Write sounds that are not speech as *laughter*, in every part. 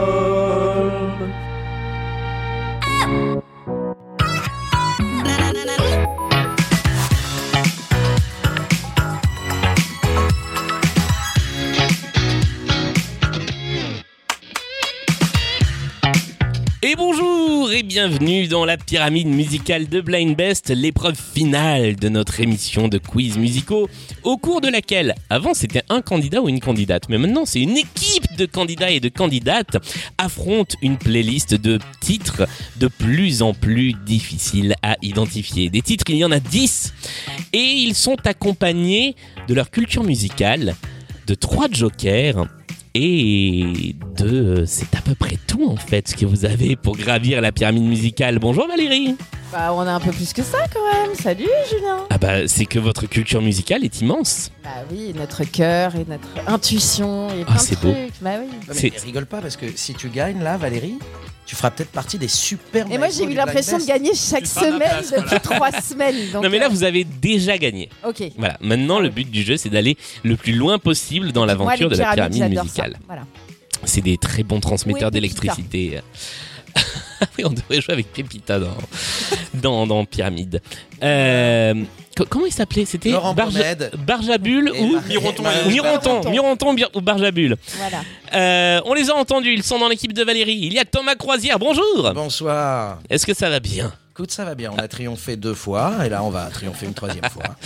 Micro-Stockholm. Et bonjour et bienvenue dans la pyramide musicale de Blind Best, l'épreuve finale de notre émission de quiz musicaux, au cours de laquelle, avant c'était un candidat ou une candidate, mais maintenant c'est une équipe de candidats et de candidates affronte une playlist de titres de plus en plus difficiles à identifier. Des titres, il y en a 10 et ils sont accompagnés de leur culture musicale, de trois jokers et de c'est à peu près tout en fait ce que vous avez pour gravir la pyramide musicale. Bonjour Valérie. Bah, on a un peu plus que ça quand même. Salut Julien. Ah bah c'est que votre culture musicale est immense. Bah oui, notre cœur et notre intuition et plein de Ah, c'est trucs. beau. Bah oui. Non, C'est- mais rigole pas parce que si tu gagnes là, Valérie, tu feras peut-être partie des super. Et moi j'ai maestros eu du l'impression de blind gagner chaque Tu prends la semaine place, depuis trois semaines. donc, non mais là euh, vous avez déjà gagné. Ok. Voilà, maintenant le but du jeu c'est d'aller le plus loin possible dans Moi, les l'aventure de la pyramides, pyramide j'adore ça. musicale. Voilà. C'est des très bons transmetteurs Oui, Pépita. d'électricité. *laughs* oui, on devrait jouer avec Pépita dans, *laughs* dans, dans Pyramide. Euh, co- comment il s'appelait C'était Laurent Barja- Bromède. Barjabul Et ou Marie- Mironton. Marie- Mironton, Mironton. Mironton Bir- ou Barjabul. voilà. Euh, on les a entendus, ils sont dans l'équipe de Valérie. Il y a Thomas Croisière, bonjour Bonsoir. Est-ce que ça va bien Écoute, ça va bien. On a triomphé deux fois et là, on va triompher une troisième fois.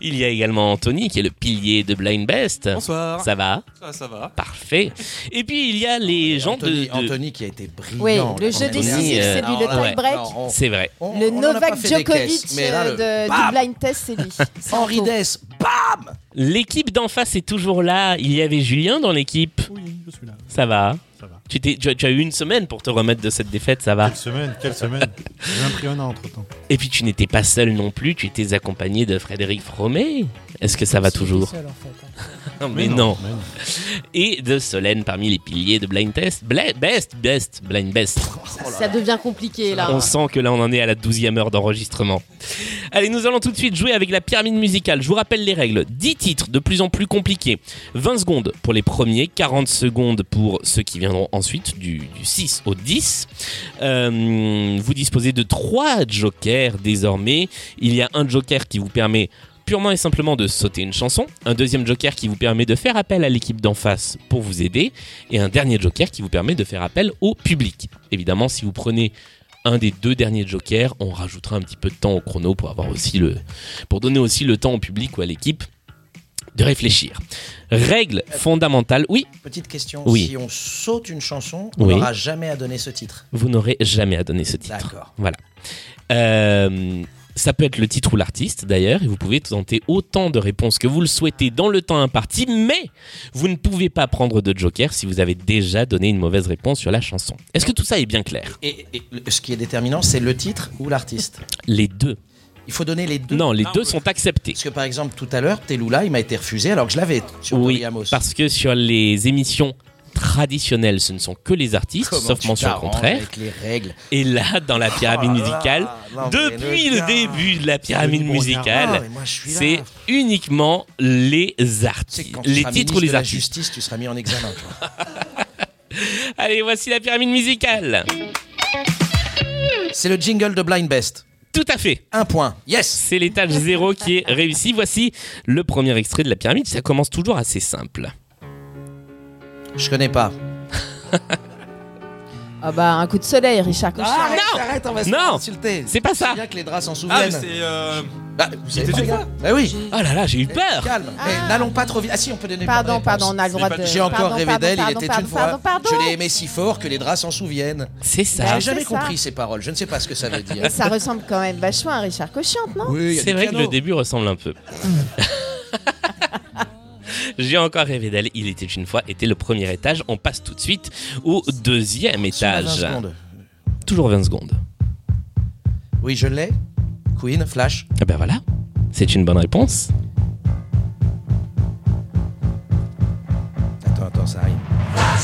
Il y a également Anthony qui est le pilier de Blind Best. Bonsoir. Ça va Ça, ça va. Parfait. Et puis il y a *laughs* les gens de- Oh, Anthony, de... Anthony qui a été brillant. Oui, la le jeu semaine décisif, Anthony, euh, c'est lui, le alors là, time break. ah, non, on- C'est vrai. on- Le on en a pas Novak fait des Djokovic caisses, mais là, euh, le de- bam du blind test, c'est *laughs* lui. C'est un Henri taureau. Dess, bam L'équipe d'en face est toujours là. Il y avait Julien dans l'équipe. Oui, je suis là. Ça va Ça va. tu, t'es- tu as, tu as eu une semaine pour te remettre de cette défaite, ça va Quelle semaine, quelle semaine. J'ai un prix en entre temps. Et puis tu n'étais pas seul non plus, tu étais accompagné de Frédéric Fromet. Est-ce que ça va toujours Non, *laughs* Mais non. Et de Solène parmi les piliers de Blind Test. Bla- best, best, Blind Best. Ça devient compliqué là. On sent que là, on en est à la 12e heure d'enregistrement. Allez, nous allons tout de suite jouer avec la pyramide musicale. Je vous rappelle les règles. 10 titres de plus en plus compliqués. 20 secondes pour les premiers, 40 secondes pour ceux qui viendront ensuite, du, du 6 au 10. Euh, vous disposez de 3 jokers désormais. Il y a un joker qui vous permet purement et simplement de sauter une chanson, un deuxième joker qui vous permet de faire appel à l'équipe d'en face pour vous aider, et un dernier joker qui vous permet de faire appel au public. Évidemment, si vous prenez un des deux derniers jokers, on rajoutera un petit peu de temps au chrono pour avoir aussi le pour donner aussi le temps au public ou à l'équipe de réfléchir. Règle fondamentale. Oui, Petite question. Oui. Si on saute une chanson, on Oui. n'aura jamais à donner ce titre. vous n'aurez jamais à donner ce titre. D'accord. Euh, ça peut être le titre ou l'artiste d'ailleurs, et vous pouvez tenter autant de réponses que vous le souhaitez dans le temps imparti, mais vous ne pouvez pas prendre de joker si vous avez déjà donné une mauvaise réponse sur la chanson. Est-ce que tout ça est bien clair Et, et le- ce qui est déterminant, c'est le titre ou l'artiste. Les deux. Il faut donner les deux. Non, les Ah, deux on peut- sont acceptés. Parce que par exemple, tout à l'heure, Teloula, il m'a été refusé alors que je l'avais sur Oui, Tori Amos. parce que sur les émissions traditionnelles, ce ne sont que les artistes, Comment sauf tu mention t'arranges contraire. Avec les règles. Et là, dans la pyramide Oh là là, musicale, non, mais depuis le gars. début de la pyramide devenu brognard. Ah, musicale, mais moi, je suis là. c'est uniquement les Tu sais que artistes, quand tu les seras titres ministre ou les de la artistes. justice, tu seras mis en examen. toi. Allez, voici la pyramide musicale. C'est le jingle de Blind Best. Tout à fait. Un point. Yes. C'est l'étage zéro qui est réussi. Voici le premier extrait de la pyramide. Ça commence toujours assez simple. Je connais pas. Ah bah un coup de soleil, Richard Cochard. arrête, non. arrête, on va se Non. faire insulter. C'est pas ça. bien que les draps s'en Ah, mais souviennent. c'est. euh, Ah, vous savez pas, C'était les gars Bah oui. Oh là là, j'ai eu Eh, peur. Calme. Eh, Ah. N'allons pas trop vite. Ah si, on peut donner. Pardon, plein de pardon, on réponses. a le droit pas- de. J'ai encore pardon, rêvé pardon, d'elle, il pardon, était pardon, une fois. Pardon, pardon. Je l'ai aimé si fort que les draps s'en souviennent. C'est Ah, ça. J'ai jamais c'est ça. compris ces paroles, je ne sais pas ce que ça veut dire. Et ça ressemble quand même vachement à un Richard Cochante, non *laughs* Oui, il y a C'est du vrai que piano. le début ressemble un *laughs* peu. J'ai encore rêvé d'elle. Il était une fois, était le premier étage. On passe tout de suite au deuxième Sous la vingt étage. secondes. Toujours 20 secondes. Oui, je l'ai. Queen, Flash. Ah ben voilà, c'est une bonne réponse. Attends, attends, ça arrive. Ah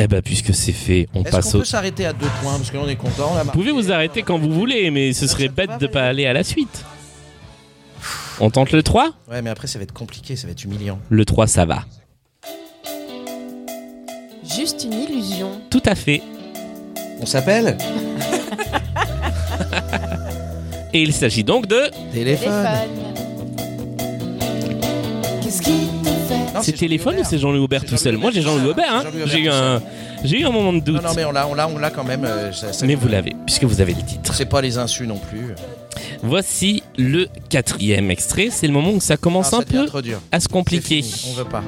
Eh ben, puisque c'est fait, on Est-ce passe qu'on au. peut s'arrêter à deux points Parce que là, on est content. on a Vous pouvez marqué. vous arrêter quand vous voulez, mais ce Non, serait ça peut bête pas de valider. pas aller à la suite. On tente le 3 Ouais, mais après, ça va être compliqué, ça va être humiliant. Le 3, ça va. Juste une illusion. Tout à fait. On s'appelle Et il s'agit donc de. Téléphone. Téléphone. Qu'est-ce qui te fait Non, C'est Jean-Louis téléphone ou Aubert. c'est Jean-Louis Aubert C'est tout seul Jean-Louis Moi j'ai Aubert Jean-Louis tout Aubert, hein. seul. Jean-Louis J'ai eu, Aubert tout un... j'ai eu un moment de doute. Non, non, mais on l'a, on l'a, on l'a quand même. euh, ça- ça- Mais vous l'avez, puisque vous avez le titre. C'est pas les insus non plus. Voici le quatrième extrait. C'est le moment où ça commence Non, un ça devient peu trop dur. à se C'est compliquer. fini, On veut pas.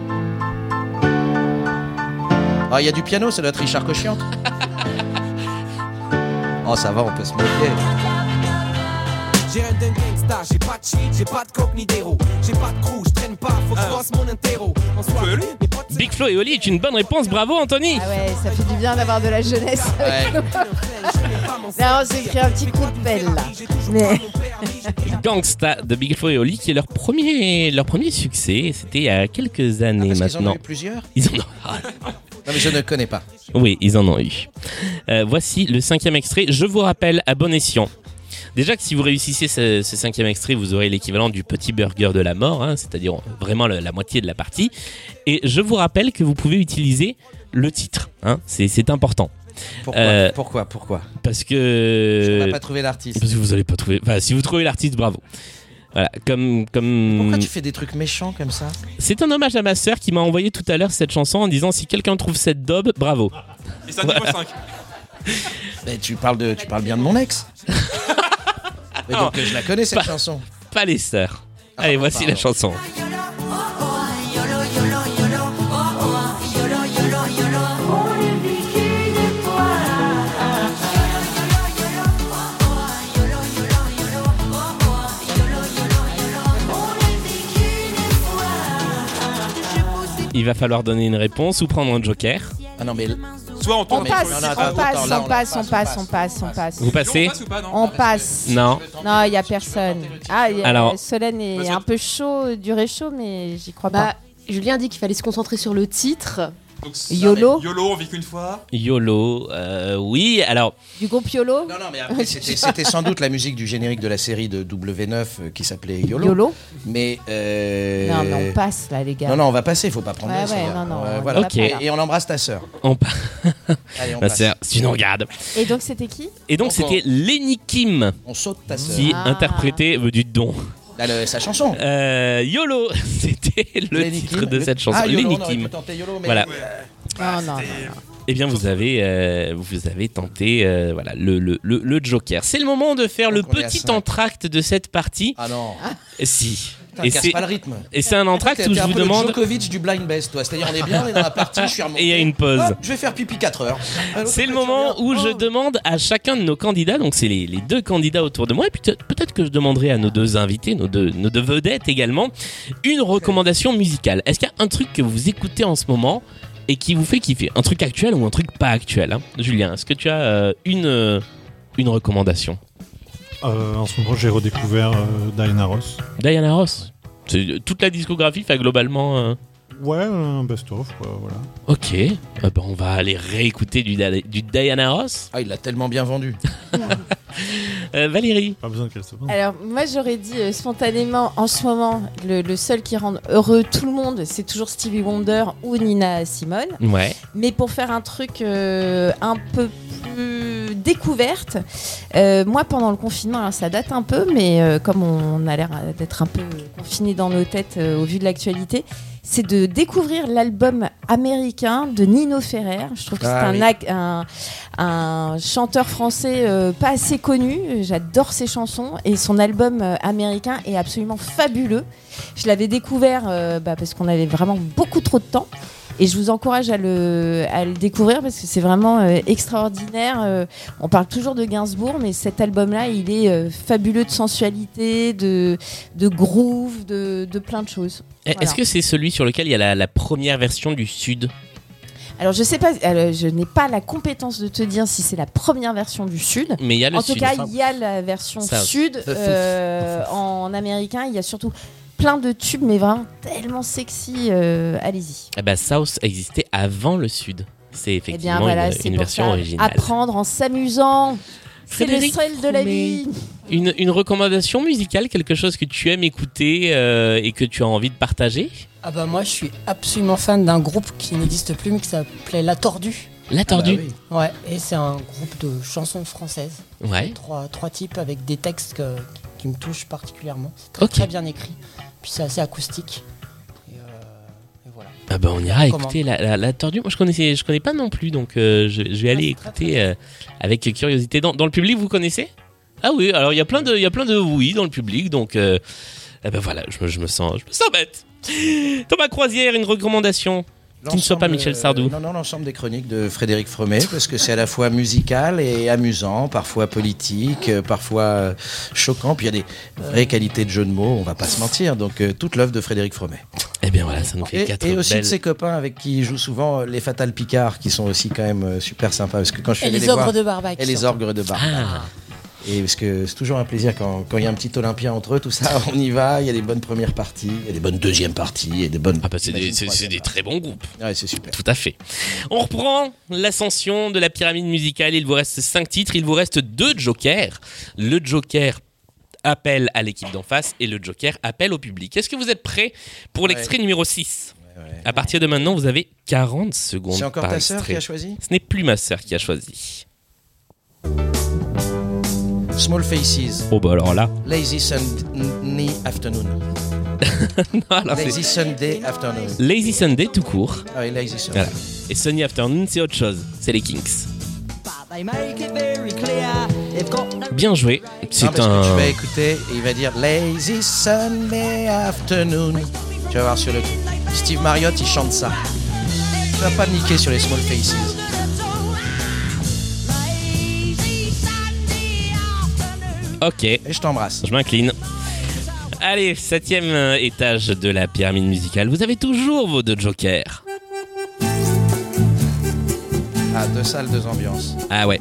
Ah, il y a du piano, c'est notre Richard Cochian. oh, ça va, on peut se moquer. J'ai rien d'un gangsta, j'ai pas de shit, j'ai pas de coke ni d'héros. J'ai pas de crew, je traîne pas, faut Ah. que je fasse mon interro. En soirée, mes potes, c'est Big Flo et Oli est une bonne réponse, bravo Anthony Ah ouais, ça fait du bien d'avoir de la *laughs* jeunesse. Ouais. je n'ai pas mon Là, on s'est pris un petit coup de pelle, là. J'ai toujours Mais- pas mon permis, j'ai pris Gangsta de Big Flo et Oli, qui est leur premier, leur premier succès. C'était il y a quelques Ah, années parce qu'ils en ont maintenant. eu plusieurs Ils en ont... Ah, Non, mais je ne connais pas. oui, ils en ont eu. Euh, voici le cinquième extrait. Je vous rappelle à bon escient. Déjà que si vous réussissez ce, ce cinquième extrait, vous aurez l'équivalent du petit burger de la mort, hein, c'est-à-dire vraiment la, la moitié de la partie. Et je vous rappelle que vous pouvez utiliser le titre. hein, c'est c'est important. Pourquoi Euh, Pourquoi Pourquoi Parce Parce qu'on n'a que. pas trouvé l'artiste. Parce que vous allez pas trouver. Enfin, si vous trouvez l'artiste, bravo. Voilà, comme. comme... Pourquoi tu fais des trucs méchants comme ça C'est un hommage à ma sœur qui m'a envoyé tout à l'heure cette chanson en disant si quelqu'un trouve cette daube, bravo. Et ça, niveau 5. Mais tu parles, de, tu parles bien de mon ex. mais donc, euh, je la connais cette Pas- chanson. Pas les sœurs. Ah, Allez, voici pardon. la chanson. Il va falloir donner une réponse ou prendre un joker. Ah non, mais Soit on On tombe. passe, non, non, attends, on passe, attends, là, on on passe, on passe, passe, on on passe, on passe. Vous Sinon, on passez passe ou pas, non On passe. Non. Non, il n'y a personne. Ah, y a- Alors- Solène est Monsieur- un peu chaud, duré chaud, mais j'y crois Bah, pas. Julien dit qu'il fallait se concentrer sur le titre Donc, YOLO YOLO, on vit qu'une fois. YOLO. euh, oui, alors. Du groupe YOLO Non, non, mais après, c'était c'était sans doute la musique du générique de la série de W9 euh, qui s'appelait YOLO. YOLO Mais. euh, Non, mais on passe là, les gars. Non, non, on va passer, il faut pas prendre Ouais, le risque, ouais, les gars. non, non, Euh, on voilà. va pas là. Et, et on embrasse ta sœur. On passe. Allez, Bah, on Ma passe. sœur, si tu nous regardes. Et donc, c'était qui Et donc, Encore. c'était Lenny Kim On saute ta sœur. qui Ah. interprétait euh, du don. Là, le- sa chanson. Euh, YOLO, *laughs* c'était le Lenny titre Kim. de cette chanson. Ah, YOLO, Lenny on aurait Kim. pu tenter YOLO, mais- Voilà. Non, non, non. Eh bien, vous avez, euh, vous avez tenté euh, voilà, le, le, le, le Joker. C'est le moment de faire le Donc, on est à petit cinq. entracte de cette partie. Ah non, Si. putain, Et casse c'est, pas le rythme. et c'est un entracte T'es où t'es je un vous peu le demande. Djokovic du blind best, toi. C'est-à-dire, on est bien, on est dans la partie, je suis remonté. Et il y a une pause. Hop, je vais faire pipi 4 heures. Ah, l'autre, C'est le après, tu moment reviens. où Oh, je demande à chacun de nos candidats, donc c'est les, les deux candidats autour de moi, et puis peut- peut-être que je demanderai à nos deux invités, nos deux, nos deux vedettes également, une recommandation musicale. Est-ce qu'il y a un truc que vous écoutez en ce moment et qui vous fait kiffer Un truc actuel ou un truc pas actuel hein Julien, est-ce que tu as euh, une, euh, une recommandation Euh, en ce moment, j'ai redécouvert euh, Diana Ross. Diana Ross. C'est- euh, Toute la discographie fait globalement. euh, Ouais, un best-of, quoi, voilà. Ok, Ah bah, on va aller réécouter du, Dali- du Diana Ross. Ah, il l'a tellement bien vendu. Euh, Valérie, Pas besoin qu'elle se vende. Alors, moi, j'aurais dit euh, spontanément, en ce moment, le, le seul qui rend heureux tout le monde, c'est toujours Stevie Wonder ou Nina Simone. ouais. Mais pour faire un truc euh, un peu plus découverte, euh, moi, pendant le confinement, alors, ça date un peu, mais euh, comme on a l'air euh, d'être un peu confiné dans nos têtes euh, au vu de l'actualité, c'est de découvrir l'album américain de Nino Ferrer. Je trouve que c'est Ah un oui. ac- un, un chanteur français euh, pas assez connu. J'adore ses chansons et son album euh, américain est absolument fabuleux. Je l'avais découvert euh, bah, parce qu'on avait vraiment beaucoup trop de temps. Et je vous encourage à le, à le découvrir parce que c'est vraiment euh, extraordinaire. Euh, on parle toujours de Gainsbourg, mais cet album-là, il est euh, fabuleux de sensualité, de, de groove, de, de plein de choses. Eh, Voilà. Est-ce que c'est celui sur lequel il y a la, la première version du Sud Alors je sais pas, alors, je n'ai pas la compétence de te dire si c'est la première version du Sud. Mais il y a le en Sud. tout cas, il y a la version Ça, Sud the euh, en américain. Il y a surtout plein de Eh tubes, mais vraiment tellement sexy. euh, Allez-y. ben, Ah bah, South existait avant le Sud. C'est Eh effectivement bien voilà, une- c'est une, pour version ça. originale. Apprendre en s'amusant. C'est le Frédéric seul de la Fromet. vie. Une, une recommandation musicale, quelque chose que tu aimes écouter euh, et que tu as envie de partager Ah bah moi je suis absolument fan d'un groupe qui n'existe plus mais qui s'appelait La Tordue. La Ah bah tordue. oui. Ouais, et c'est un groupe de chansons françaises. Ouais. Trois, trois types avec des textes que- qui me touchent particulièrement. C'est très, Ok. très bien écrit. Puis c'est assez acoustique. Et, euh, et voilà. Ah bah on ira Comment écouter la, la, la tordue. Moi je connaissais, je connais pas non plus, donc euh, je, je vais aller c'est très, très écouter euh, avec curiosité. Dans, dans le public, vous connaissez Ah oui. Alors il y a plein de, il y a plein de oui dans le public, donc euh, eh ben voilà, je, me- je me sens, je me sens bête. Thomas Croisière, une recommandation. Qui ne soit pas L'ensemble, Michel euh, Sardou. non, non, l'ensemble des chroniques de Frédéric Fromet, parce que c'est à la fois musical et amusant, parfois politique, euh, parfois euh, choquant. Puis il y a des vraies qualités de jeu de mots, on va pas se mentir. Donc euh, toute l'œuvre de Frédéric Fromet. Eh bien voilà, ça nous fait Et, quatre et aussi belles. de ses copains avec qui il joue souvent euh, les Fatal Picard, qui sont aussi quand même euh, super sympas. Parce que quand je suis Et allé les ogres voir, de Barbac. et les surtout. orgues de bar. Ah, Et parce que c'est toujours un plaisir quand quand il y a un petit Olympien entre eux, tout ça, *laughs* on y va. Il y a des bonnes premières parties, il y a des bonnes deuxièmes parties, et des bonnes. ah bah c'est des, Imagine c'est- c'est troisième des très bons groupes. parties. Ouais, c'est super. Tout à fait. On reprend l'ascension de la pyramide musicale. Il vous reste 5 titres. Il vous reste deux jokers. Le joker appelle à l'équipe d'en face et le joker appelle au public. Est-ce que vous êtes prêts pour l'extrait numéro 6 ouais. À partir de maintenant, vous avez 40 C'est secondes encore par ta sœur qui extrait. a choisi Ce n'est plus ma sœur qui a choisi. Small Faces, Oh bah alors là. *laughs* Lazy Sunday Afternoon. Non, alors Ah, c'est Lazy Sunday Afternoon. Lazy Sunday tout court. Ah oui, Lazy Sunday. Voilà. Et Sunny Afternoon, c'est autre chose. C'est les Kings. Bien joué. Non, C'est parce que un. tu vas écouter et il va dire Lazy Sunday Afternoon. Tu vas voir sur le. Steve Marriott, il chante ça. Tu vas pas niquer sur les Small Faces. Ok. Et je t'embrasse. Je m'incline. Allez, septième euh, étage de la pyramide musicale. Vous avez toujours vos deux jokers. Ah, deux salles, deux ambiances. Ah ouais.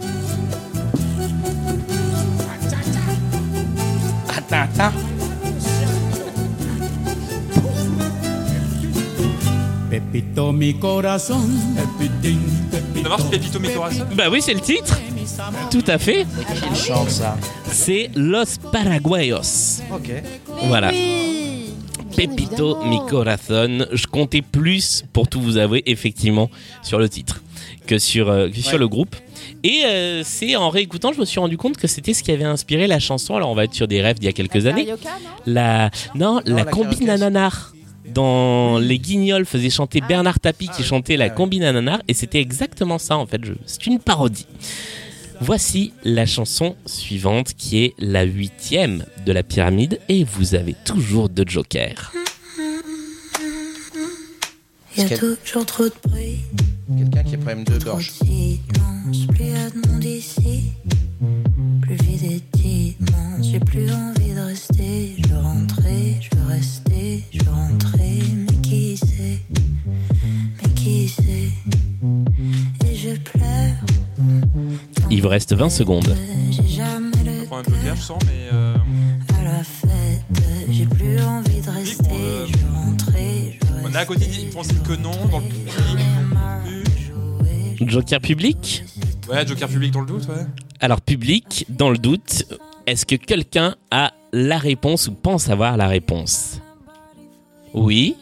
Ah, Attends, attends. Pepito mi corazón, Ça marche, Pépito Mécorason Bah oui, c'est le titre. Tout à fait. Il chante ça. C'est Los Paraguayos. Ok. Voilà. Oui Pepito mi corazón. Je comptais plus, pour tout vous avouer, effectivement, sur le titre que sur, euh, que sur le groupe. Et euh, c'est en réécoutant, je me suis rendu compte que c'était ce qui avait inspiré la chanson. Alors on va être sur des rêves d'il y a quelques années. Carioca, non La non, la, la combine à carioca. nanar. Dans Les Guignols faisait chanter Bernard Tapie qui chantait la Ah ouais. combine à nanar et c'était exactement ça en fait. Je- C'est une parodie. Voici la chanson suivante qui est la huitième de la pyramide et vous avez toujours deux jokers. Il y a Quel- toujours trop de bruit, Quelqu'un qui a problème de trop de gorge. silence, plus à de monde ici, plus vide et immense. J'ai plus envie de rester, je veux rentrer, je veux rester, je veux rentrer, mais qui sait, mais qui sait, et je pleure. Il vous reste 20 secondes. J'ai jamais le Prends un joker, je sens, mais. euh, à la fête, j'ai plus envie de Public, on, rester, euh, je veux rentrer, je veux On a à côté, ils font signe que non, dans le public. non Joker public plus. Ouais, joker public dans le doute, ouais. Alors public, dans le doute, est-ce que quelqu'un a la réponse ou pense avoir la réponse Oui.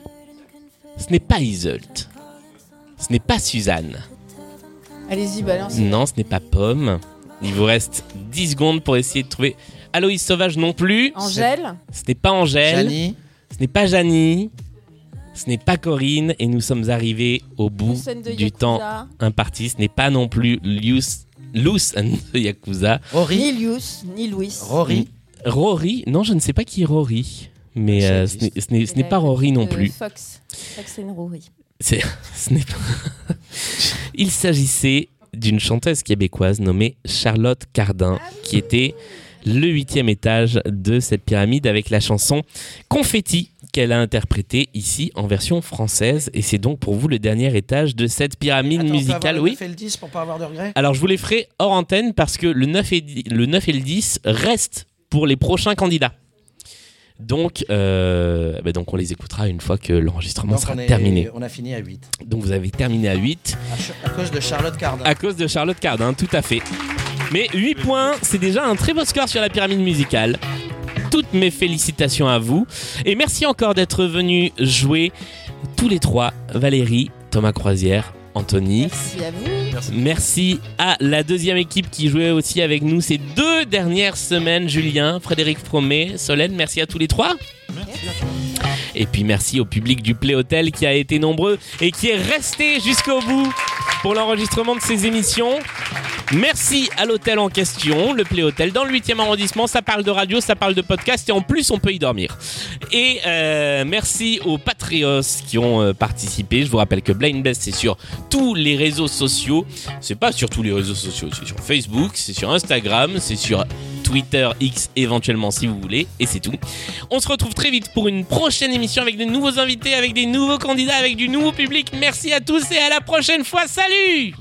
Ce n'est pas Isolt. Ce n'est pas Suzanne. Allez-y, balance. Non, ce n'est pas Pomme. Il vous reste 10 secondes pour essayer de trouver Aloïs Sauvage non plus. Angèle Ce n'est pas Angèle. Janie, Ce n'est pas Janie. Ce n'est pas Corinne. Et nous sommes arrivés au bout scène de du temps Yakuza. imparti. Ce n'est pas non plus Luce, Luce and the Yakuza. Rory, Ni Lius, ni Louis. Rory, Rory, non, je ne sais pas qui est Rory, mais Ça euh, ce n'est- existe. ce n'est ce n'est pas Rory non plus. Euh, Fox. Fox and Rory. Ce n'est pas- Il s'agissait d'une chanteuse québécoise nommée Charlotte Cardin, qui était le huitième étage de cette pyramide avec la chanson Confetti qu'elle a interprétée ici en version française. Et c'est donc pour vous le dernier étage de cette pyramide Attends, on peut avoir musicale. le Oui. neuf et le 10 pour pas avoir de regrets Alors je vous les ferai hors antenne parce que le 9 et, di- le 9 et le 10 restent pour les prochains candidats. Donc, euh, bah donc on les écoutera une fois que l'enregistrement Donc, sera on est- terminé. On a fini à 8. Donc vous avez terminé à 8 À, ch- à cause de Charlotte Cardin. à cause de Charlotte Cardin, tout à fait. Mais 8 points, c'est déjà un très beau score sur la pyramide musicale. Toutes mes félicitations à vous. Et merci encore d'être venus jouer tous les trois, Valérie, Thomas Croisière, Anthony. Merci à vous. Merci à la deuxième équipe qui jouait aussi avec nous ces deux dernières semaines, Julien, Frédéric Fromet, Solène, merci à tous les trois. Et puis merci au public du Play Hotel qui a été nombreux et qui est resté jusqu'au bout pour l'enregistrement de ces émissions. Merci à l'hôtel en question, le Play Hotel, dans le 8e arrondissement. Ça parle de radio, ça parle de podcast et en plus, on peut y dormir. Et euh, merci aux Patriots qui ont euh, participé. Je vous rappelle que Blind Best, c'est sur tous les réseaux sociaux. C'est pas sur tous les réseaux sociaux, c'est sur Facebook, c'est sur Instagram, c'est sur Twitter X éventuellement si vous voulez, et c'est tout. On se retrouve très vite pour une prochaine émission avec des nouveaux invités, avec des nouveaux candidats, avec du nouveau public. Merci à tous et à la prochaine fois. Salut